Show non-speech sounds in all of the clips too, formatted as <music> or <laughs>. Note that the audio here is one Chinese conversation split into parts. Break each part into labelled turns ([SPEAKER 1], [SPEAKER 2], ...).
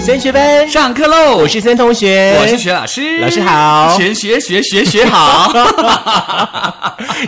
[SPEAKER 1] 先学班
[SPEAKER 2] 上课喽！
[SPEAKER 1] 我是森同学，
[SPEAKER 2] 我是学老师，
[SPEAKER 1] 老师好
[SPEAKER 2] 学学学学学
[SPEAKER 1] <laughs>
[SPEAKER 2] 好。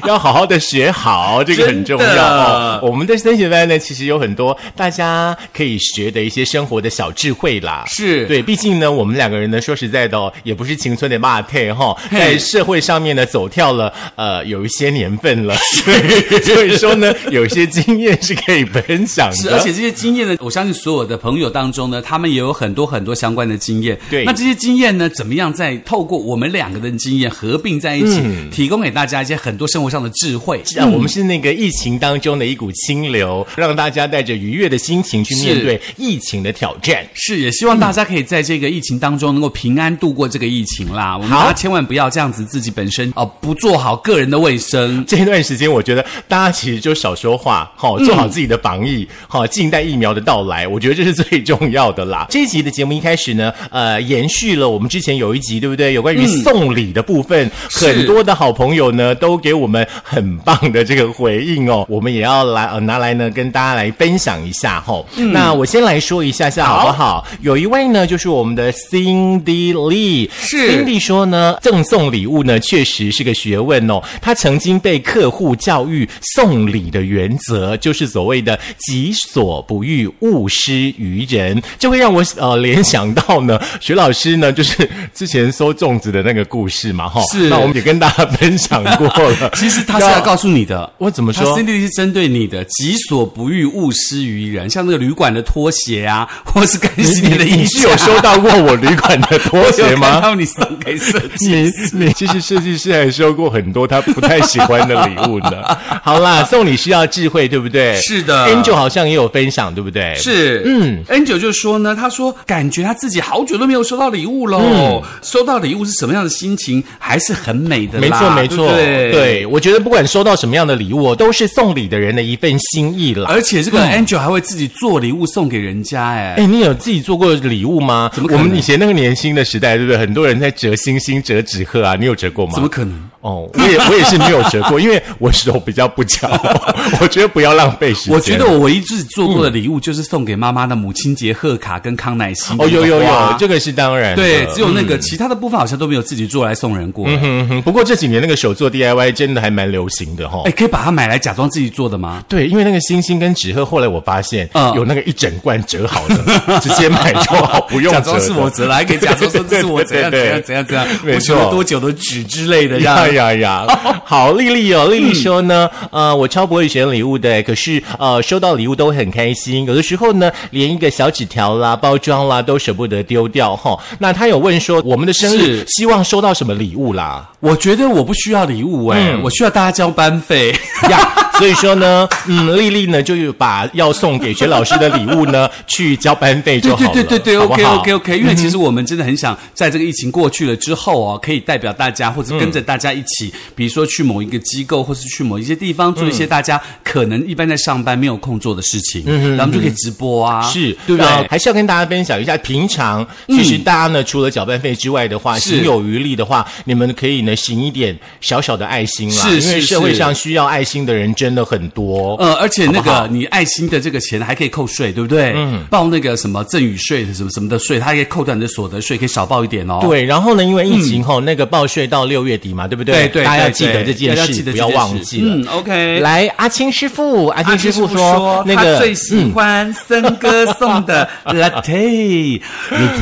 [SPEAKER 1] 要好好的学好，这个很重要
[SPEAKER 2] 真
[SPEAKER 1] 哦
[SPEAKER 2] 的。
[SPEAKER 1] 我们的升学班呢，其实有很多大家可以学的一些生活的小智慧啦。
[SPEAKER 2] 是
[SPEAKER 1] 对，毕竟呢，我们两个人呢，说实在的、哦，也不是青春的骂退哈，
[SPEAKER 2] 嘿
[SPEAKER 1] 在社会上面呢，走跳了呃有一些年份了，所以 <laughs> 所以说呢，有些经验是可以分享的。
[SPEAKER 2] 是，而且这些经验呢，我相信所有的朋友当中呢，他们也有很多很多相关的经验。
[SPEAKER 1] 对
[SPEAKER 2] 那这些经验呢，怎么样再透过我们两个人的经验合并在一起，提供给大家一些很多生活上的智慧？
[SPEAKER 1] 嗯是啊，我们是那个疫情当中的一股清流，让大家带着愉悦的心情去面
[SPEAKER 2] 是
[SPEAKER 1] 对疫情的挑战。
[SPEAKER 2] 是，也希望大家可以在这个疫情当中能够平安度过这个疫情啦。我们大家千万不要这样子，自己本身哦、不做好个人的卫生。
[SPEAKER 1] <laughs> 这段时间，我觉得大家其实就少说话，好、做好自己的防疫，好、静待疫苗的到来，我觉得这是最重要的啦。 <laughs> 这一集的节目一开始呢，呃，延续了我们之前有一集，对不对？有关于送礼的部分，
[SPEAKER 2] 是
[SPEAKER 1] 很多的好朋友呢都给我们很棒的这个回应哦，我们也要来呃拿来呢跟大家来分享一下哈、那我先来说一下下好不好？有一位呢就是我们的 Cindy Lee，
[SPEAKER 2] 是
[SPEAKER 1] Cindy 丽说呢，赠送礼物呢，确实是个学问哦。她曾经被客户教育送礼的原则，就是所谓的“己所不欲，勿施于人”，就会让我呃联想到呢，徐老师呢，就是之前收粽子的那个故事嘛，哈、
[SPEAKER 2] 是。
[SPEAKER 1] 那我们也跟大家分享过了
[SPEAKER 2] <laughs> 其实他是要告诉你的，
[SPEAKER 1] 我怎么说
[SPEAKER 2] 他 Cindy 是针对你的，己所不欲，勿施于人。像那个旅馆的拖鞋啊， <laughs> 或是干洗
[SPEAKER 1] 你
[SPEAKER 2] 的
[SPEAKER 1] 你
[SPEAKER 2] 衣
[SPEAKER 1] 是有
[SPEAKER 2] 架， <laughs>
[SPEAKER 1] 收到过我旅馆的拖鞋
[SPEAKER 2] 有看
[SPEAKER 1] 吗？
[SPEAKER 2] 到你送给设计
[SPEAKER 1] 你你 <laughs> 其实设计师还收过很多他不太喜欢的礼物
[SPEAKER 2] <laughs>
[SPEAKER 1] 呢。好啦，送礼是要智慧，对不对？
[SPEAKER 2] 是的
[SPEAKER 1] Angel 好像也有分享，对不对？。
[SPEAKER 2] 是，嗯，N 九就说呢，他说感觉他自己好久都没有收到礼物喽，
[SPEAKER 1] 嗯
[SPEAKER 2] 收到礼物是什么样的心情，还是很美的啦，
[SPEAKER 1] 没错，没错，
[SPEAKER 2] 对不对。
[SPEAKER 1] 我觉得不管收到什么样的礼物哦，都是送礼的人的一份心意啦。
[SPEAKER 2] 而且这个
[SPEAKER 1] 嗯
[SPEAKER 2] Angel 还会自己做礼物送给人家，哎，
[SPEAKER 1] 哎，你有自己做过礼物吗？
[SPEAKER 2] 怎么可
[SPEAKER 1] 我
[SPEAKER 2] 能
[SPEAKER 1] 们以前那个年轻的时代，对不对？很多人在折星星、折纸鹤啊，你有折过吗？
[SPEAKER 2] 怎么可能？
[SPEAKER 1] 哦，我也我也是没有折过，因为我手比较不巧，
[SPEAKER 2] <laughs>
[SPEAKER 1] 我觉得不要浪费时间。
[SPEAKER 2] 我觉得我唯一自己做
[SPEAKER 1] 嗯
[SPEAKER 2] 过的礼物就是送给妈妈的母亲节贺卡跟康乃馨。
[SPEAKER 1] 哦，有有有
[SPEAKER 2] 哇，
[SPEAKER 1] 这个是当然的。
[SPEAKER 2] 对，只有那个，其他的部分好像都没有自己做来送人过。
[SPEAKER 1] 嗯哼，不过这几年那个手做 DIY 真的还蛮流行的哈、
[SPEAKER 2] 哎，可以把它买来假装自己做的吗？
[SPEAKER 1] 对，因为那个星星跟纸鹤，后来我发现、
[SPEAKER 2] 嗯
[SPEAKER 1] 有那个一整罐折好的， <laughs> 直接买就好，不用
[SPEAKER 2] 假
[SPEAKER 1] 折。
[SPEAKER 2] <laughs> 装是我折来，可以假装说这是我怎样怎
[SPEAKER 1] <laughs>
[SPEAKER 2] 样怎样怎样，
[SPEAKER 1] 没
[SPEAKER 2] 我学
[SPEAKER 1] 错
[SPEAKER 2] 了多久的纸之类的这样
[SPEAKER 1] 呀。呀呀！好，丽丽哦，丽丽说呢，呃，我超不会选礼物的，可是呃，收到礼物都会很开心。有的时候呢，连一个小纸条啦、包装啦，都舍不得丢掉哈、那她有问说，我们的生日
[SPEAKER 2] 是
[SPEAKER 1] 希望收到什么礼物啦？
[SPEAKER 2] 我觉得我不需要礼物哎、
[SPEAKER 1] 嗯
[SPEAKER 2] 我需要大家交班费。
[SPEAKER 1] 呀所以说呢，嗯，丽丽呢就有把要送给薛老师的礼物呢， <laughs> 去交班费 <laughs> 就好
[SPEAKER 2] 对
[SPEAKER 1] 了，
[SPEAKER 2] 对对对
[SPEAKER 1] 好不嗯
[SPEAKER 2] o
[SPEAKER 1] 好
[SPEAKER 2] k OK OK，因为其实我们真的很想在这个疫情过去了之后哦，可以代表大家或者跟着大家一起，比如说去某一个机构，或是去某一些地方做一些大家可能一般在上班没有空做的事情，
[SPEAKER 1] 嗯
[SPEAKER 2] 然后我们就可以直播啊，
[SPEAKER 1] 是，
[SPEAKER 2] 对不对？
[SPEAKER 1] 那还是要跟大家分享一下，平常其实大家呢，除了缴班费之外的话，
[SPEAKER 2] 是
[SPEAKER 1] 行有余力的话，你们可以呢行一点小小的爱心啦，
[SPEAKER 2] 是是
[SPEAKER 1] 因为社会
[SPEAKER 2] 是
[SPEAKER 1] 上需要爱心的人真的很多。
[SPEAKER 2] 呃，而且那
[SPEAKER 1] 好不好
[SPEAKER 2] 个你爱心的这个钱还可以扣税，对不对？嗯，报那个什么赠与税什么什么的税，它也可以扣掉你的所得税，可以少报一点哦。。
[SPEAKER 1] 对，然后呢，因为疫情后、那个报税到六月底嘛，对不对？
[SPEAKER 2] 嗯对对
[SPEAKER 1] 大家要
[SPEAKER 2] 对
[SPEAKER 1] 记得
[SPEAKER 2] 对
[SPEAKER 1] 这件
[SPEAKER 2] 大家
[SPEAKER 1] 事，
[SPEAKER 2] 记得
[SPEAKER 1] 不
[SPEAKER 2] 这
[SPEAKER 1] 要
[SPEAKER 2] 件
[SPEAKER 1] 忘
[SPEAKER 2] 事
[SPEAKER 1] 记了。
[SPEAKER 2] 嗯，OK
[SPEAKER 1] 来，阿青师傅，阿青师傅说，那
[SPEAKER 2] 他
[SPEAKER 1] 个嗯
[SPEAKER 2] 最喜欢森哥送的 latte，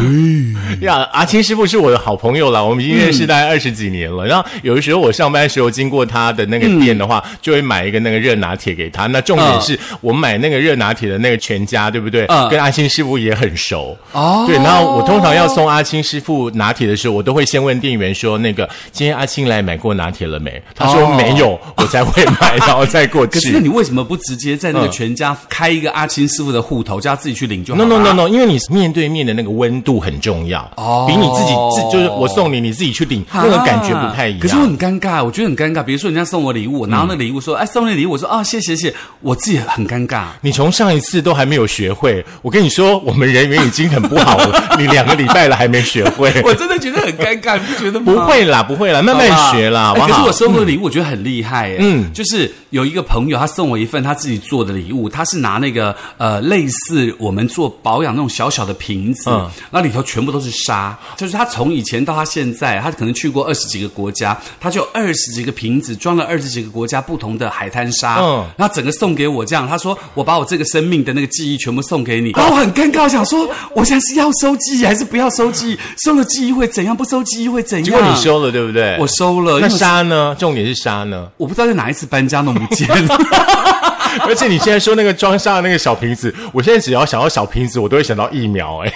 [SPEAKER 1] <laughs> 呀，阿青师傅是我的好朋友啦，我们已经认
[SPEAKER 2] 嗯
[SPEAKER 1] 识大概二十几年了。然后有的时候我上班的时候经过他的那个店的话，就会买一个那个热拿铁给他。那重点
[SPEAKER 2] 嗯
[SPEAKER 1] 是我买那个热拿铁的那个全家，对不对？
[SPEAKER 2] 嗯
[SPEAKER 1] 跟阿青师傅也很熟
[SPEAKER 2] 哦
[SPEAKER 1] 对，然后我通常要送阿青师傅拿铁的时候，我都会先问店员说，那个今天阿青来买过拿铁了没？他说
[SPEAKER 2] 哦
[SPEAKER 1] 没有，我才会
[SPEAKER 2] <laughs>
[SPEAKER 1] 买，然后再过
[SPEAKER 2] 可
[SPEAKER 1] <laughs>
[SPEAKER 2] 是那
[SPEAKER 1] 去。
[SPEAKER 2] 你为什么不直接在那个全家开一个阿青师傅的户头，叫他自己去领就好
[SPEAKER 1] No
[SPEAKER 2] 了
[SPEAKER 1] no no no，因为你面对面的那个温度很重要，
[SPEAKER 2] 哦
[SPEAKER 1] 比你自己自就是我送你，你自己去领，那个感觉不太一样。嗯
[SPEAKER 2] 啊可是我很尴尬，我觉得很尴尬。比如说人家送我礼物，我拿到那礼物说：“哎，送你礼物。”我说：“啊，谢谢谢谢。”我自己很尴尬。
[SPEAKER 1] 你从上一次都还没有学会，我跟你说，我们人缘已经很不好 <laughs> 了。你两个礼拜了还没学会，
[SPEAKER 2] <laughs> 我真的觉得很尴尬，你不觉得吗？
[SPEAKER 1] 不会啦，不会啦，慢
[SPEAKER 2] 好不好
[SPEAKER 1] 慢学啦。好
[SPEAKER 2] 哎
[SPEAKER 1] 不
[SPEAKER 2] 可是
[SPEAKER 1] 好
[SPEAKER 2] 我收过的礼物，我觉得很厉害哎。
[SPEAKER 1] 嗯
[SPEAKER 2] 就是有一个朋友，他送我一份他自己做的礼物，他是拿那个呃类似我们做保养那种小小的瓶子
[SPEAKER 1] 嗯，
[SPEAKER 2] 那里头全部都是沙。就是他从以前到他现在，他可能去过二十几个国家，他就有二十几个瓶子装了二十几个国家不同的海滩沙。
[SPEAKER 1] 嗯
[SPEAKER 2] 嗯，然后整个送给我这样，他说我把我这个生命的那个记忆全部送给你，然后我很尴尬，我想说我现在是要收记忆还是不要收记忆？收了记忆会怎样？不收记忆会怎样？
[SPEAKER 1] 结果你收了，对不对？
[SPEAKER 2] 我收了，
[SPEAKER 1] 那
[SPEAKER 2] 因为？
[SPEAKER 1] 沙呢？重点是沙呢
[SPEAKER 2] 我不知道在哪一次搬家弄不见了。
[SPEAKER 1] 而且你现在说那个装沙的那个小瓶子，我现在只要想到小瓶子，我都会想到疫苗、 <laughs> 哎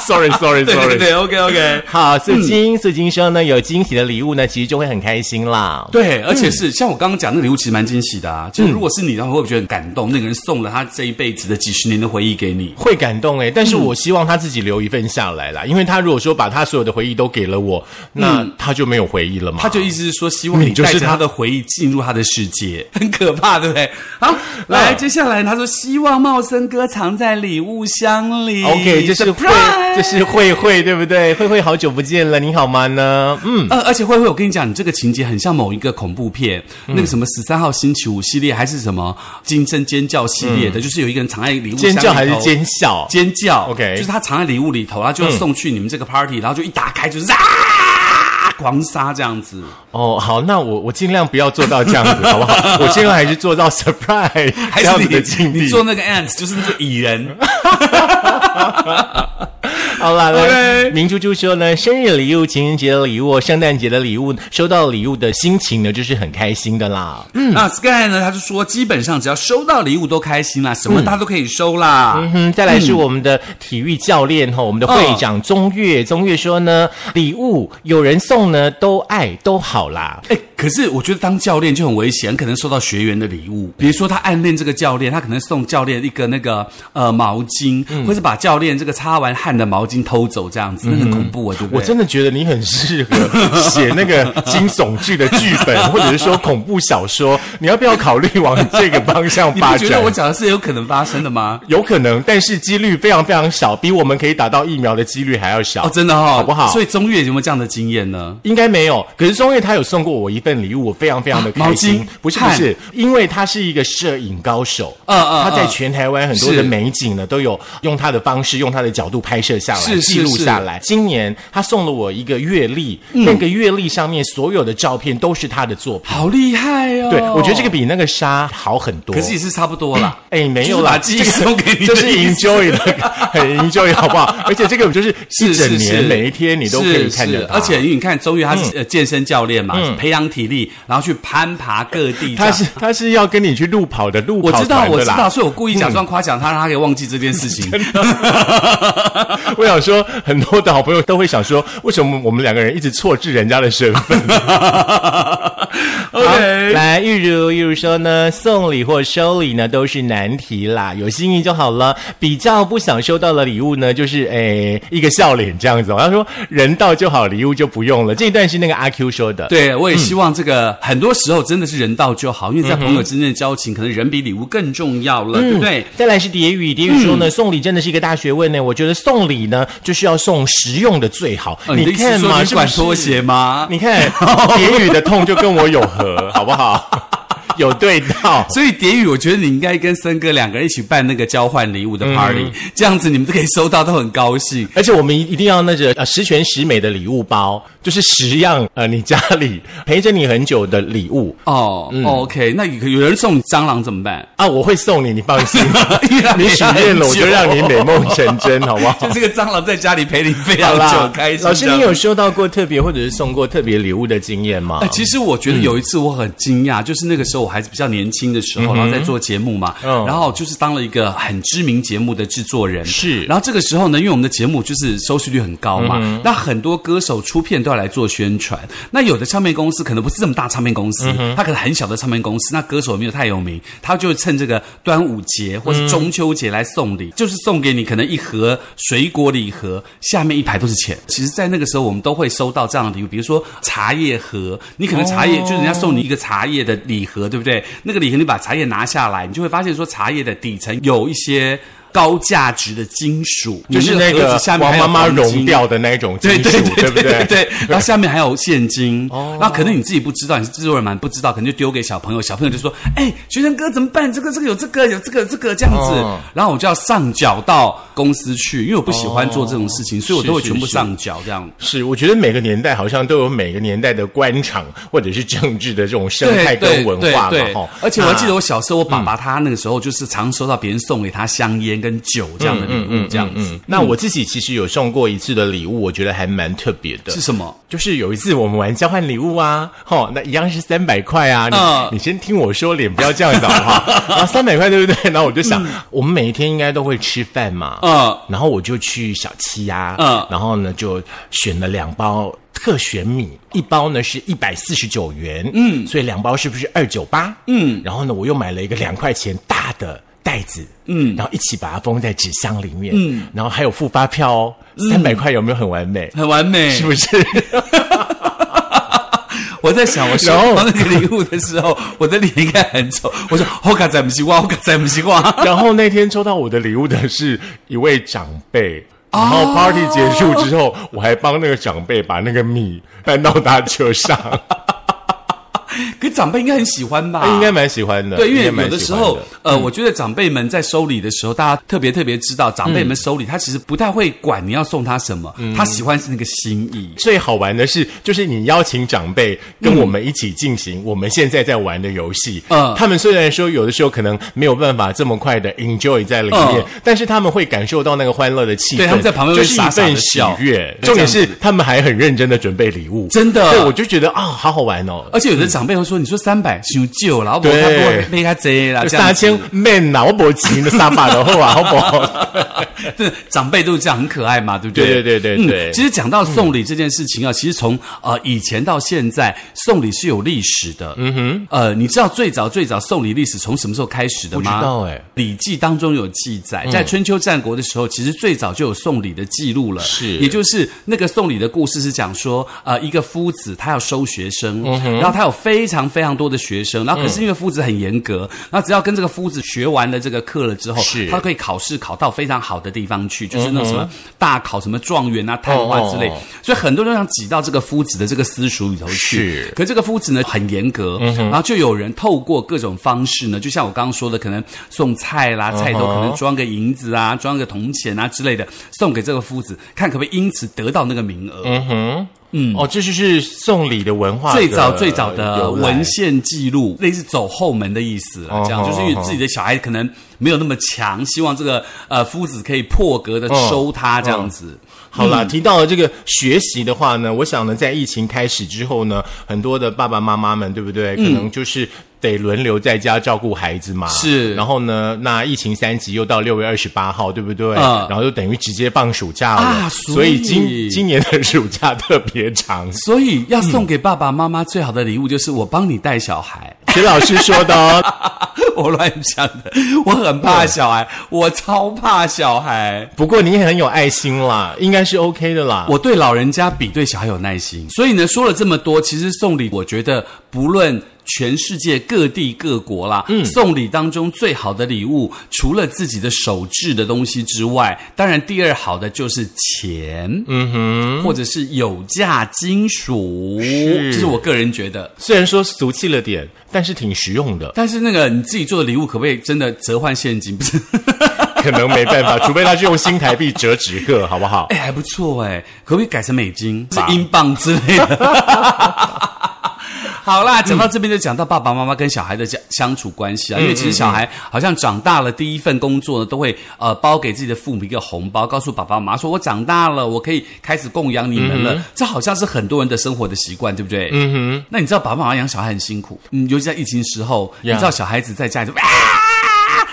[SPEAKER 1] ，sorry，sorry，sorry。
[SPEAKER 2] <laughs> 对嗯对对，OK OK。
[SPEAKER 1] 好，素金，素金说呢，有惊喜的礼物呢，其实就会很开心啦。
[SPEAKER 2] 对，而且是像我刚刚讲，那个礼物其实蛮惊喜的啊。就是如果是你的话，会不会觉得很感动？那个人送了他这一辈子的几十年的回忆给你。
[SPEAKER 1] 会感动哎、但是我希望他自己留一份下来啦，因为他如果说把他所有的回忆都给了我，那他就没有回忆了嘛。
[SPEAKER 2] 嗯他就意思是说，希望
[SPEAKER 1] 你
[SPEAKER 2] 你
[SPEAKER 1] 就是
[SPEAKER 2] 带着
[SPEAKER 1] 他
[SPEAKER 2] 他的回忆进入他的世 <laughs> 界，很可怕，对不对？好， <laughs> 来，
[SPEAKER 1] 嗯
[SPEAKER 2] 接下来他说，希望茂森哥藏在礼物箱里。
[SPEAKER 1] OK，这是慧
[SPEAKER 2] Surprise！，
[SPEAKER 1] 这是慧慧，对不对？慧慧，好久不见了，你好吗呢？嗯，
[SPEAKER 2] 呃，而且慧慧，我跟你讲，你这个情节很像某一个恐怖片，
[SPEAKER 1] 嗯
[SPEAKER 2] 那个什么十三号星期五系列，还是什么惊声尖叫系列的，就是有一个人藏在礼物
[SPEAKER 1] 嗯尖
[SPEAKER 2] 箱里头
[SPEAKER 1] 叫还是尖笑？
[SPEAKER 2] 尖叫
[SPEAKER 1] OK
[SPEAKER 2] 就是他藏在礼物里头，然后就送去你们这个 party，、然后就一打开就是啊。狂杀这样子，
[SPEAKER 1] 哦，好，那我我尽量不要做到这样子，好不
[SPEAKER 2] <laughs>
[SPEAKER 1] 好？我尽量还是做到 surprise
[SPEAKER 2] 还
[SPEAKER 1] 这样
[SPEAKER 2] 是
[SPEAKER 1] 子的
[SPEAKER 2] 你
[SPEAKER 1] 境
[SPEAKER 2] 你
[SPEAKER 1] 地。
[SPEAKER 2] 做那个 ants 就是那个蚁人，
[SPEAKER 1] 好啦，来，
[SPEAKER 2] OK
[SPEAKER 1] 明珠珠说呢，生日礼物、情人节的礼物、圣诞节的礼物，收到礼物的心情呢，就是很开心的啦。
[SPEAKER 2] 那 Sky 呢？他就说，基本上只要收到礼物都开心啦，什么他都可以收啦。
[SPEAKER 1] 嗯哼，再来是我们的体育教练哈、我们的会长宗
[SPEAKER 2] 哦
[SPEAKER 1] 岳。宗岳说呢，礼物有人送呢，都爱都好啦。
[SPEAKER 2] 哎，可是我觉得当教练就很危险，可能收到学员的礼物，比如说他暗恋这个教练，他可能送教练一个那个呃毛巾，
[SPEAKER 1] 嗯
[SPEAKER 2] 或是把教练这个擦完汗的毛巾偷走，这样子，那很恐怖啊，对不对？
[SPEAKER 1] 我真的觉得你很适合写那个惊悚剧的剧本，或者是说恐怖小说。你要不要考虑往这个方向
[SPEAKER 2] 你
[SPEAKER 1] 发
[SPEAKER 2] 不觉
[SPEAKER 1] 展
[SPEAKER 2] 得？我讲的是有可能发生的吗？
[SPEAKER 1] 有可能，但是几率非常非常小，比我们可以打到疫苗的几率还要小。
[SPEAKER 2] 哦，真的哈、哦，
[SPEAKER 1] 好不好
[SPEAKER 2] 所以中越有没有这样的经验呢？
[SPEAKER 1] 应该没有，可是中岳他有送过我一份礼物，我非常非常的开心。
[SPEAKER 2] 啊毛巾
[SPEAKER 1] 不是不是，因为他是一个摄影高手，
[SPEAKER 2] 嗯嗯
[SPEAKER 1] 他在
[SPEAKER 2] 嗯
[SPEAKER 1] 全台湾很多
[SPEAKER 2] 是
[SPEAKER 1] 的美景呢，都有用他的方式、用他的角度拍摄下来、
[SPEAKER 2] 是是嗯
[SPEAKER 1] 记录下来。今年他送了我一个月历，那个月历上面所有的照片都是他的作品。
[SPEAKER 2] 好厉害哦！
[SPEAKER 1] 对，我觉得这个。比那个沙好很多。
[SPEAKER 2] 可是也是差不多啦，
[SPEAKER 1] 哎，没有啦，
[SPEAKER 2] 就是把记忆送给你
[SPEAKER 1] 这个
[SPEAKER 2] 的 <laughs>
[SPEAKER 1] 这是
[SPEAKER 2] 意思
[SPEAKER 1] enjoy 的，很 enjoy 好不好？而且这个就是一
[SPEAKER 2] 是
[SPEAKER 1] 整
[SPEAKER 2] 是
[SPEAKER 1] 年
[SPEAKER 2] 是，
[SPEAKER 1] 每一天你都可以看嗯
[SPEAKER 2] 是
[SPEAKER 1] 着
[SPEAKER 2] 是
[SPEAKER 1] 它
[SPEAKER 2] 而且因为你看中越他是呃健身教练嘛，培养体力，然后去攀爬各地这
[SPEAKER 1] 嗯他
[SPEAKER 2] 样，
[SPEAKER 1] 是他是要跟你去路跑的路
[SPEAKER 2] 我
[SPEAKER 1] 跑
[SPEAKER 2] 知道
[SPEAKER 1] 团
[SPEAKER 2] 我
[SPEAKER 1] 的
[SPEAKER 2] 知道，
[SPEAKER 1] 啦。
[SPEAKER 2] 所以我故意假装夸奖他，让他可以忘记这件
[SPEAKER 1] <laughs>
[SPEAKER 2] 事情。
[SPEAKER 1] 我想说，很多的好朋友都会想说，为什么我们两个人一直错置人家的身份好
[SPEAKER 2] <laughs> OK，
[SPEAKER 1] 来，玉如玉如说呢，送礼或收礼呢都是难题啦，有心意就好了。比较不想收到的礼物呢，就是诶一个笑脸这样子哦。他说人到就好，礼物就不用了。这一段是那个阿 Q 说的。
[SPEAKER 2] 对，我也希望这个、很多时候真的是人到就好，因为在朋友之间的交情，可能人比礼物更重要
[SPEAKER 1] 嗯
[SPEAKER 2] 了，对不对？
[SPEAKER 1] 再来是蝶语，蝶语说呢，送礼真的是一个大学问呢。我觉得送礼呢，就是要送实用的最好。
[SPEAKER 2] 哦你的意思
[SPEAKER 1] 看
[SPEAKER 2] 是说
[SPEAKER 1] 嘛，
[SPEAKER 2] 你
[SPEAKER 1] 是
[SPEAKER 2] 管
[SPEAKER 1] 不是
[SPEAKER 2] 拖鞋吗？
[SPEAKER 1] 你 <laughs> 看，蝶语的痛就跟我有合， <laughs> 好不好？有对到。
[SPEAKER 2] 所以蝶宇，我觉得你应该跟森哥两个人一起办那个交换礼物的 party，、
[SPEAKER 1] 嗯
[SPEAKER 2] 这样子你们都可以收到，都很高兴。
[SPEAKER 1] 而且我们一一定要那个呃十全十美的礼物包，就是十样呃你家里陪着你很久的礼物
[SPEAKER 2] 哦、o
[SPEAKER 1] 嗯
[SPEAKER 2] k 那有有人送你蟑螂怎
[SPEAKER 1] <laughs>
[SPEAKER 2] 么办？。
[SPEAKER 1] 啊，我会送你，你放 <laughs> 心你许愿了，我就让你美梦成真，好 <laughs> 不好
[SPEAKER 2] 就？这个蟑螂在家里陪你非
[SPEAKER 1] 好
[SPEAKER 2] 常
[SPEAKER 1] 啦
[SPEAKER 2] 久，开，心。
[SPEAKER 1] 老师，
[SPEAKER 2] 这样
[SPEAKER 1] 你有收到过特别或者是送过特别礼物的经验吗
[SPEAKER 2] 哎
[SPEAKER 1] 嗯
[SPEAKER 2] 哎，？其实我觉得有一次我很惊讶，就是那个时候候我还是比较年轻的时候，然后在做节目嘛，
[SPEAKER 1] 嗯
[SPEAKER 2] 然后就是当了一个很知名节目的制作人，
[SPEAKER 1] 是
[SPEAKER 2] 然后这个时候呢，因为我们的节目就是收视率很高嘛，那很多歌手出片都要来做宣传。那有的唱片公司可能不是这么大唱片公司，它可能很小的唱片公司，那歌手也没有太有名，他就趁这个端午节或是中秋节来送礼，就是送给你可能一盒水果礼盒，下面一排都是钱。其实，在那个时候，我们都会收到这样的礼物，比如说茶叶盒，你可能茶叶、
[SPEAKER 1] 哦
[SPEAKER 2] 就是人家送你一个茶叶的礼盒，对不对？那个礼盒你把茶叶拿下来，你就会发现说茶叶的底层有一些。高价值的金属，
[SPEAKER 1] 就是
[SPEAKER 2] 你
[SPEAKER 1] 那
[SPEAKER 2] 盒
[SPEAKER 1] 个
[SPEAKER 2] 子下面
[SPEAKER 1] 王
[SPEAKER 2] 还有
[SPEAKER 1] 妈妈
[SPEAKER 2] 黄金
[SPEAKER 1] 融。掉的那种金
[SPEAKER 2] 对
[SPEAKER 1] 属，
[SPEAKER 2] 对对
[SPEAKER 1] 不对？
[SPEAKER 2] 对对
[SPEAKER 1] <laughs>
[SPEAKER 2] 对，然后下面还有现金，
[SPEAKER 1] 哦
[SPEAKER 2] 那可能你自己不知道，你是制作人嘛，你不知道，可能就丢给小朋友，小朋友就说：“哎，学生哥怎么办？这个这个有这个有这个这个这样子。
[SPEAKER 1] 哦
[SPEAKER 2] 然后我就要上缴到公司去，因为我不喜欢做这种事情，所以我都会
[SPEAKER 1] 哦是
[SPEAKER 2] 全部
[SPEAKER 1] 是
[SPEAKER 2] 上缴这样。
[SPEAKER 1] 是，我觉得每个年代好像都有每个年代的官场或者是政治的这种生态跟文化嘛，
[SPEAKER 2] 对对对
[SPEAKER 1] 哈。
[SPEAKER 2] 而且我还记得
[SPEAKER 1] 啊
[SPEAKER 2] 我小时候，我爸爸他那个时候就是常收到别人送给他香烟跟酒这样的
[SPEAKER 1] 嗯
[SPEAKER 2] 礼物，这样子。
[SPEAKER 1] 那我自己其实有送过一次的礼物，我觉得还蛮特别的
[SPEAKER 2] 是。什么？
[SPEAKER 1] 就是有一次我们玩交换礼物啊，吼，那一样是三百块啊，你、
[SPEAKER 2] 嗯
[SPEAKER 1] 你先听我说，脸不要这样子好不
[SPEAKER 2] <laughs>
[SPEAKER 1] 好？然后三百块对不对？然后我就想，我们每一天应该都会吃饭嘛，
[SPEAKER 2] 嗯
[SPEAKER 1] 然后我就去小七呀、
[SPEAKER 2] 嗯
[SPEAKER 1] 然后呢就选了两包特选米，一包呢是一百四十九元，嗯，所以两包是不是二九八？嗯，然后呢我又买了一个两块钱大的。袋子，嗯，然后一起把它封在纸箱里面，嗯，然后还有付发票哦，三百块有没有很完美？
[SPEAKER 2] 很完
[SPEAKER 1] <laughs>
[SPEAKER 2] 美，
[SPEAKER 1] 是不是？
[SPEAKER 2] 我在想，我收到那个礼物的时候，我的脸应该很丑。我说：“我卡在不西瓜，我卡在不西瓜。
[SPEAKER 1] 然后那天抽到我的礼物的是一位长辈。然后 party 结束之后，我还帮那个长辈把那个米搬到他车上，”
[SPEAKER 2] 可长辈应该很喜欢吧？
[SPEAKER 1] 他哎应该蛮喜欢的。
[SPEAKER 2] 啊对，因为
[SPEAKER 1] 应该
[SPEAKER 2] 有
[SPEAKER 1] 蛮
[SPEAKER 2] 的
[SPEAKER 1] 喜
[SPEAKER 2] 时
[SPEAKER 1] 欢嗯
[SPEAKER 2] 候，呃，我觉得长辈们在收礼的时候，大家特别特别知道，长
[SPEAKER 1] 嗯
[SPEAKER 2] 辈们收礼，他其实不太会管你要送他什么，他喜欢是那个心意。
[SPEAKER 1] 最好玩的是，就是你邀请长辈跟我们一起进行我们现在在玩的游戏。
[SPEAKER 2] 嗯
[SPEAKER 1] 他们虽然说有的时候可能没有办法这么快的 enjoy 在里面，
[SPEAKER 2] 嗯
[SPEAKER 1] 但是他们会感受到那个欢乐的气氛。
[SPEAKER 2] 对他们在旁边会
[SPEAKER 1] 就是
[SPEAKER 2] 傻
[SPEAKER 1] 一
[SPEAKER 2] 傻
[SPEAKER 1] 份
[SPEAKER 2] 地
[SPEAKER 1] 喜
[SPEAKER 2] 笑
[SPEAKER 1] 悦。
[SPEAKER 2] 对
[SPEAKER 1] 重点
[SPEAKER 2] 这
[SPEAKER 1] 是
[SPEAKER 2] 样子
[SPEAKER 1] 他们还很认真的准备礼物，
[SPEAKER 2] 真的
[SPEAKER 1] 对，我就觉得啊、好好玩哦。
[SPEAKER 2] 而且有的长辈会说：“你说三百太旧了，然后
[SPEAKER 1] 对
[SPEAKER 2] 他不会被他贼啦，这样
[SPEAKER 1] 三
[SPEAKER 2] 子
[SPEAKER 1] 呃千 man 啊，我不钱的三百的后啊，好不好？
[SPEAKER 2] <laughs> 对，长辈都是这样，很可爱嘛，对不
[SPEAKER 1] 对
[SPEAKER 2] 对？嗯
[SPEAKER 1] 对对对对
[SPEAKER 2] 其实讲到送礼这件事情啊，其实从呃以前到现在，送礼是有历史的。嗯哼，呃，你知道最早最早送礼历史从什么时候开始的吗？
[SPEAKER 1] 不知道哎
[SPEAKER 2] 礼记》当中有记载，在春秋战国的时候，其实最早就有送礼的记录了。
[SPEAKER 1] 是
[SPEAKER 2] 也就是那个送礼的故事是讲说，呃，一个夫子他要收学生，
[SPEAKER 1] 嗯
[SPEAKER 2] 然后他有非常非常多的学生，然后可是因为夫子很严格，然后只要跟这个夫子学完了这个课了之后，
[SPEAKER 1] 是嗯
[SPEAKER 2] 他可以考试考到非常好的地方去，就是那种什么大考、什么状元啊、探花之类
[SPEAKER 1] 哦哦哦，
[SPEAKER 2] 所以很多人都想挤到这个夫子的这个私塾里头去。
[SPEAKER 1] 是
[SPEAKER 2] 可这个夫子呢很严格，
[SPEAKER 1] 嗯
[SPEAKER 2] 然后就有人透过各种方式呢，就像我刚刚说的，可能送菜啦，菜
[SPEAKER 1] 嗯
[SPEAKER 2] 头可能装个银子啊，装个铜钱啊之类的，送给这个夫子，看可不可以因此得到那个名额。
[SPEAKER 1] 嗯，哦，这就是送礼的文化的
[SPEAKER 2] 最早最早的
[SPEAKER 1] 由来
[SPEAKER 2] 文献记录，类似走后门的意思啦
[SPEAKER 1] 哦，
[SPEAKER 2] 这样就是因为自己的小孩可能没有那么强，希望这个呃夫子可以破格的
[SPEAKER 1] 哦
[SPEAKER 2] 收他这样子。
[SPEAKER 1] 好
[SPEAKER 2] 嗯
[SPEAKER 1] 啦，提到了这个学习的话呢，我想呢，在疫情开始之后呢，很多的爸爸妈妈们，对不对？
[SPEAKER 2] 嗯
[SPEAKER 1] 可能就是。得轮流在家照顾孩子嘛，
[SPEAKER 2] 是
[SPEAKER 1] 然后呢，那疫情三级又到六月二十八号，对不对？
[SPEAKER 2] 嗯
[SPEAKER 1] 然后就等于直接放暑假了，
[SPEAKER 2] 啊
[SPEAKER 1] 所
[SPEAKER 2] 所
[SPEAKER 1] 以
[SPEAKER 2] 以
[SPEAKER 1] 今今年的暑假特别长。
[SPEAKER 2] 所以要送给爸爸妈妈最好的礼物就是我帮你带小孩，
[SPEAKER 1] 徐老师说的哦，
[SPEAKER 2] <laughs> 我乱想的，我很怕小孩，我超怕小孩。
[SPEAKER 1] 不过你也很有爱心啦，应该是 OK 的啦。
[SPEAKER 2] 我对老人家比对小孩有耐心，所以呢，说了这么多，其实送礼，我觉得不论全世界各地各国啦，送礼当中最好的礼物，除了自己的手制的东西之外，当然第二好的就是钱，嗯哼，或者是有价金属，
[SPEAKER 1] 是
[SPEAKER 2] 这是我个人觉得。，
[SPEAKER 1] 虽然说俗气了点，但是挺实用的
[SPEAKER 2] 但是那个你自己做的礼物，可不可以真的折换现金？不是。
[SPEAKER 1] 可能没办
[SPEAKER 2] <laughs>
[SPEAKER 1] 法，除非他是用新台币折纸个，好不好？
[SPEAKER 2] 哎，还不错哎，可不可以改成美金、是
[SPEAKER 1] 吧
[SPEAKER 2] 英镑之类的？ <laughs> 好啦，讲到这边就讲到爸爸妈妈跟小孩的相相处关系啊，因为其实小孩好像长大了，第一份工作呢都会呃包给自己的父母一个红包，告诉爸爸妈妈说：“我长大了，我可以开始供养你们了。这好像是很多人的生活的习惯，对不对？嗯哼。那你知道爸爸妈妈养小孩很辛苦，嗯，尤其在疫情时候，你
[SPEAKER 1] Yeah
[SPEAKER 2] 知道小孩子在家里就。啊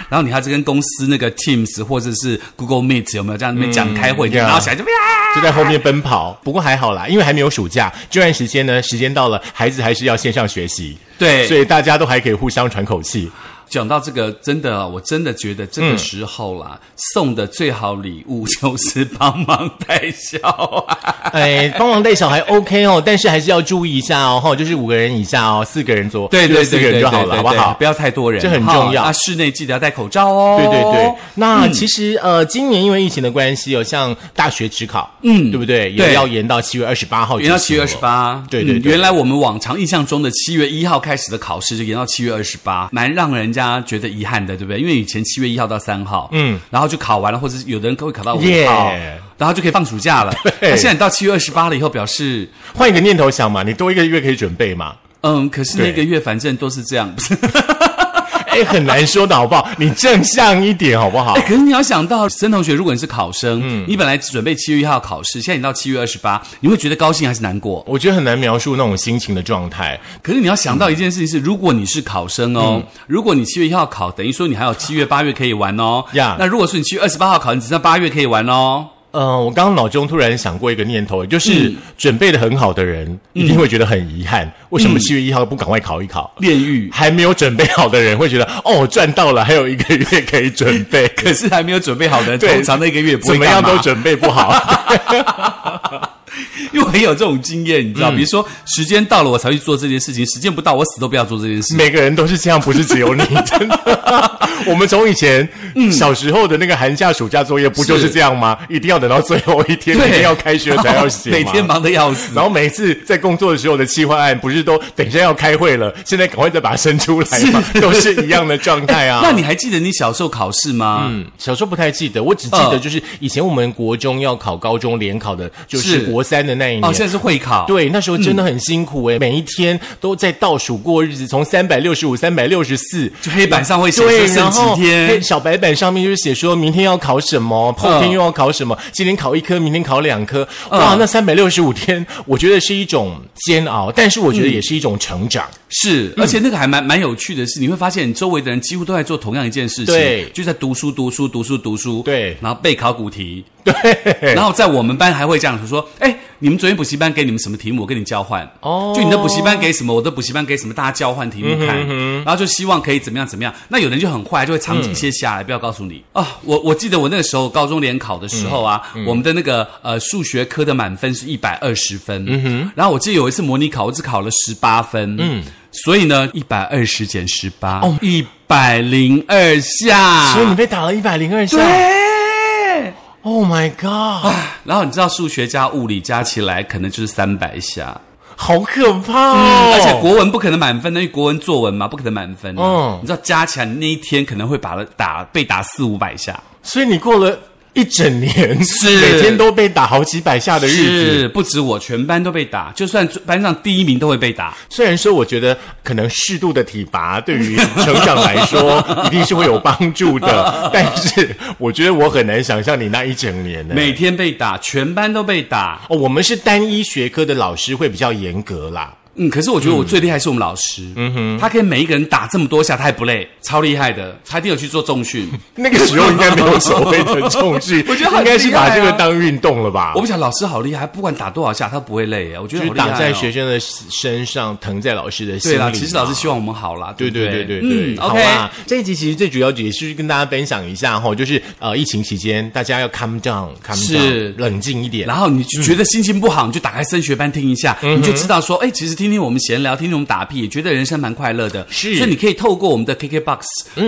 [SPEAKER 2] 然后你还是跟公司那个 Teams 或者是 Google Meet 有没有这样那边讲开会，
[SPEAKER 1] Yeah
[SPEAKER 2] 然后小孩就啊，
[SPEAKER 1] 就在后面奔跑。不过还好啦，因为还没有暑假，这段时间呢，时间到了，孩子还是要线上学习，
[SPEAKER 2] 对
[SPEAKER 1] 所以大家都还可以互相喘口气。
[SPEAKER 2] 讲到这个，真的，我真的觉得这个时候啦，送的最好礼物就是帮忙带小孩。
[SPEAKER 1] 哎，帮忙带小孩 OK 哦，但是还是要注意一下哦，哈，就是五个人以下哦，四个人左，
[SPEAKER 2] 对对
[SPEAKER 1] 四
[SPEAKER 2] 对
[SPEAKER 1] 个
[SPEAKER 2] 对
[SPEAKER 1] 人
[SPEAKER 2] 对，
[SPEAKER 1] 就好了，
[SPEAKER 2] 对
[SPEAKER 1] 好不好？
[SPEAKER 2] 不要太多人，
[SPEAKER 1] 这很重要
[SPEAKER 2] 哈啊！室内记得要戴口罩哦。嗯
[SPEAKER 1] 对对对，那其实、呃，今年因为疫情的关系哦，像大学职考，嗯，对不对？也
[SPEAKER 2] 对
[SPEAKER 1] 要延到七月二十八号，哦
[SPEAKER 2] 延到七月二十。八，嗯
[SPEAKER 1] 对对对
[SPEAKER 2] 原来我们往常印象中的七月一号开始的考试就延到七月二十八，蛮让人家觉得遗憾的，对不对？因为以前七月一号到三号，嗯，然后就考完了，或者是有的人会考到五号
[SPEAKER 1] Yeah，
[SPEAKER 2] 然后就可以放暑假了。
[SPEAKER 1] <laughs> 对
[SPEAKER 2] 那现在你到七月二十八了以后，表示
[SPEAKER 1] 换一个念头想嘛，你多一个月可以准备嘛。
[SPEAKER 2] 嗯，可是那个
[SPEAKER 1] 对
[SPEAKER 2] 月反正都是这样，不是？
[SPEAKER 1] 哎，很难说的好不好？你正向一点好不好
[SPEAKER 2] <laughs> 哎，？可是你要想到，森同学，如果你是考生，
[SPEAKER 1] 嗯
[SPEAKER 2] 你本来准备七月一号考试，现在你到七月二十八，你会觉得高兴还是难过？
[SPEAKER 1] 我觉得很难描述那种心情的状态。
[SPEAKER 2] 可是你要想到一件事情是，如果你是考生
[SPEAKER 1] 嗯
[SPEAKER 2] 哦，如果你七月一号考，等于说你还有七月、八月可以玩哦。
[SPEAKER 1] 呀
[SPEAKER 2] 那如果是你七月二十八号考，你只剩下八月可以玩哦。
[SPEAKER 1] 呃，我刚刚脑中突然想过一个念头，
[SPEAKER 2] 嗯
[SPEAKER 1] 就是准备的很好的人、一定会觉得很遗憾，为什么七月一号不赶快考一考？
[SPEAKER 2] 炼狱。
[SPEAKER 1] 还没有准备好的人会觉得，哦，赚到了，还有一个月可以准备。
[SPEAKER 2] <laughs> 可是还没有准备好的
[SPEAKER 1] <laughs>
[SPEAKER 2] 人，
[SPEAKER 1] 对
[SPEAKER 2] 通常那个月也不
[SPEAKER 1] 怎
[SPEAKER 2] 会
[SPEAKER 1] 么
[SPEAKER 2] 干嘛
[SPEAKER 1] 样都准备不
[SPEAKER 2] <laughs>
[SPEAKER 1] 好。
[SPEAKER 2] 因为我也有这种经验，你知
[SPEAKER 1] 嗯
[SPEAKER 2] 道，比如说时间到了我才去做这件事情，时间不到我死都不要做这件
[SPEAKER 1] <laughs>
[SPEAKER 2] 事。
[SPEAKER 1] 每个人都是这样，不是只
[SPEAKER 2] <laughs>
[SPEAKER 1] 有你，真的。我们从以前、
[SPEAKER 2] 嗯
[SPEAKER 1] 小时候的那个寒假、暑假作业，不就是这样吗？一定要等到最后一天，
[SPEAKER 2] 对
[SPEAKER 1] 每天要开学才要写吗
[SPEAKER 2] <laughs> 每天忙得要死。
[SPEAKER 1] 然后每次在工作的时候的企划案，不是都等一下要开会了，现在赶快再把它生出来嘛，都是一样的状态啊。
[SPEAKER 2] 那你还记得你小时候考试吗？
[SPEAKER 1] 嗯小时候不太记得，我只记得就是以前我们国中要考高中联考的，就是
[SPEAKER 2] 是
[SPEAKER 1] 国三的那一年。
[SPEAKER 2] 哦，现在是嗯会考。。
[SPEAKER 1] 对，那时候真的很辛苦诶、欸每一天都在倒数过日子，从三百六十五、三百六十四，
[SPEAKER 2] 就黑板上会写
[SPEAKER 1] 对，
[SPEAKER 2] 说
[SPEAKER 1] 然
[SPEAKER 2] 剩
[SPEAKER 1] 后黑
[SPEAKER 2] 几天，
[SPEAKER 1] 小白板上面就是写说明天要考什
[SPEAKER 2] 嗯
[SPEAKER 1] 么，后天又要考什么，今天考一科，明天考两科，
[SPEAKER 2] 嗯
[SPEAKER 1] 哇，那三百六十五天，我觉得是一种煎熬，但是我
[SPEAKER 2] 嗯
[SPEAKER 1] 觉得也是一种成长。 <laughs> 嗯
[SPEAKER 2] 是，而且那个还蛮蛮有趣的是，你会发现你周围的人几乎都在做同样一件事情，
[SPEAKER 1] 对
[SPEAKER 2] 就在读书、读书、读书、读书，
[SPEAKER 1] 对
[SPEAKER 2] 然后背考古题，
[SPEAKER 1] 哎
[SPEAKER 2] 对，然后在我们班还会这样说，哎，你们昨天补习班给你们什么题目，我跟你交换，
[SPEAKER 1] 哦嗯
[SPEAKER 2] 就你的补习班给什么，我的补习班给什么，大家交换题目看，然后就希望可以怎么样怎么样。那有人就很坏，就会藏一些下来，不要告诉你
[SPEAKER 1] 嗯
[SPEAKER 2] 啊。我我记得我那个时候高中联考的时候啊，我们的那个呃数学科的满分是一百二十分，
[SPEAKER 1] 嗯
[SPEAKER 2] 然后我记得有一次模拟考，我只考了十八分，嗯，所以呢一百二十减十八，哦，一百零二下，
[SPEAKER 1] 所以你被打了一百零二下
[SPEAKER 2] 对。
[SPEAKER 1] ，Oh my god，
[SPEAKER 2] 然后你知道数学加物理加起来可能就是三百下，
[SPEAKER 1] 好可怕哦！
[SPEAKER 2] 嗯而且国文不可能满分的，因为国文作文嘛，不可能满分、
[SPEAKER 1] 嗯
[SPEAKER 2] 嗯，你知道加起来那一天可能会把它打被打四五百下，
[SPEAKER 1] 所以你过了一整年，
[SPEAKER 2] 是
[SPEAKER 1] 每天都被打好几百下的日子。
[SPEAKER 2] 是不止我，全班都被打，就算班上第一名都会被打。
[SPEAKER 1] 虽然说，我觉得可能适度的体罚对于成长来说
[SPEAKER 2] <laughs>
[SPEAKER 1] 一定是会有帮助的，但是我觉得我很难想象你那一整年呢。
[SPEAKER 2] 每天被打，全班都被打。
[SPEAKER 1] 哦，我们是单一学科的老师会比较严格
[SPEAKER 2] <laughs>
[SPEAKER 1] 啦。
[SPEAKER 2] 嗯，可是我觉得我最厉害是我们老师，嗯哼，他给每一个人打这么多下，他也不累，超厉害的。他一定有去做
[SPEAKER 1] <laughs>
[SPEAKER 2] 重训。
[SPEAKER 1] 那个时候应该没有所谓的重视，
[SPEAKER 2] <laughs> 我觉得很
[SPEAKER 1] 应该是把
[SPEAKER 2] 厉害啊
[SPEAKER 1] 这个当运动了吧
[SPEAKER 2] 我。不想老师好厉害，不管打多少下，他不会累啊。我
[SPEAKER 1] 啊就
[SPEAKER 2] 觉得
[SPEAKER 1] 是
[SPEAKER 2] 好厉害哦
[SPEAKER 1] 打在学生的身上，疼在老师的心
[SPEAKER 2] 对
[SPEAKER 1] 里嘛。
[SPEAKER 2] 啦，其实老师希望我们好啦，
[SPEAKER 1] 对
[SPEAKER 2] 对
[SPEAKER 1] 对
[SPEAKER 2] 不
[SPEAKER 1] 对对对
[SPEAKER 2] 嗯
[SPEAKER 1] 好
[SPEAKER 2] ，OK，
[SPEAKER 1] 啦，这一集其实最主要也是跟大家分享一下哈，就是呃，疫情期间大家要 calm down，calm down，
[SPEAKER 2] 是
[SPEAKER 1] 冷静一点。
[SPEAKER 2] 然后你
[SPEAKER 1] 嗯
[SPEAKER 2] 就觉得心情不好，你就打开升学班听一下，你就知道说，哎，其实听听我们闲聊，听听我们打屁，也觉得人生蛮快乐的。
[SPEAKER 1] 是嗯
[SPEAKER 2] 所以你可以透过我们的 KKBox，、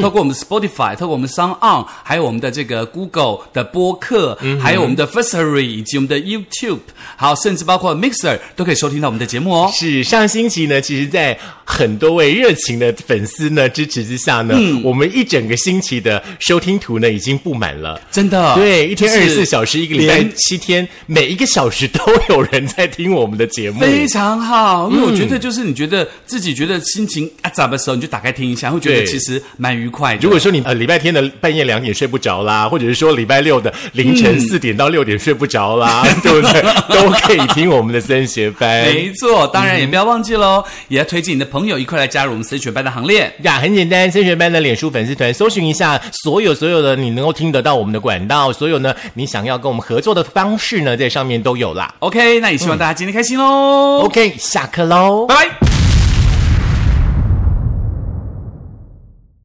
[SPEAKER 2] 透过我们的 Spotify，透过我们 Sound On，还有我们的这个 Google 的播客，
[SPEAKER 1] 嗯
[SPEAKER 2] 还有我们的 Firstory 以及我们的 YouTube，还有甚至包括 Mixer 都可以收听到我们的节目哦。
[SPEAKER 1] 是上星期呢，其实，在很多位热情的粉丝呢支持之下呢，
[SPEAKER 2] 嗯
[SPEAKER 1] 我们一整个星期的收听图呢已经布满了。
[SPEAKER 2] 真的，
[SPEAKER 1] 对，一天
[SPEAKER 2] 啊就
[SPEAKER 1] 二
[SPEAKER 2] 是
[SPEAKER 1] 十四小时，一个礼拜
[SPEAKER 2] 连
[SPEAKER 1] 七天，每一个小时都有人在听我们的节目。
[SPEAKER 2] 非常好，嗯，以我觉得就是你觉得自己觉得心情啊咋的时候，你就打开听一下，会觉得
[SPEAKER 1] 对
[SPEAKER 2] 其实蛮愉快的。
[SPEAKER 1] 如果说你呃礼拜天的半夜两点睡不着啦，或者是说礼拜六的凌
[SPEAKER 2] 嗯
[SPEAKER 1] 晨四点到六点睡不着啦，对不对？都可以听我们的森学班。
[SPEAKER 2] 没错，当然也不要忘记喽，也要推荐你的朋友一块来加入我们森学班的行列。
[SPEAKER 1] 呀，很简单，升学班的脸书粉丝团搜寻一下，所有所有的你能够听得到我们的管道，所有呢你想要跟我们合作的方式呢，在上面都有啦。
[SPEAKER 2] 嗯 OK，那也希望大家今天开心喽，
[SPEAKER 1] OK，下课喽，
[SPEAKER 2] 拜拜。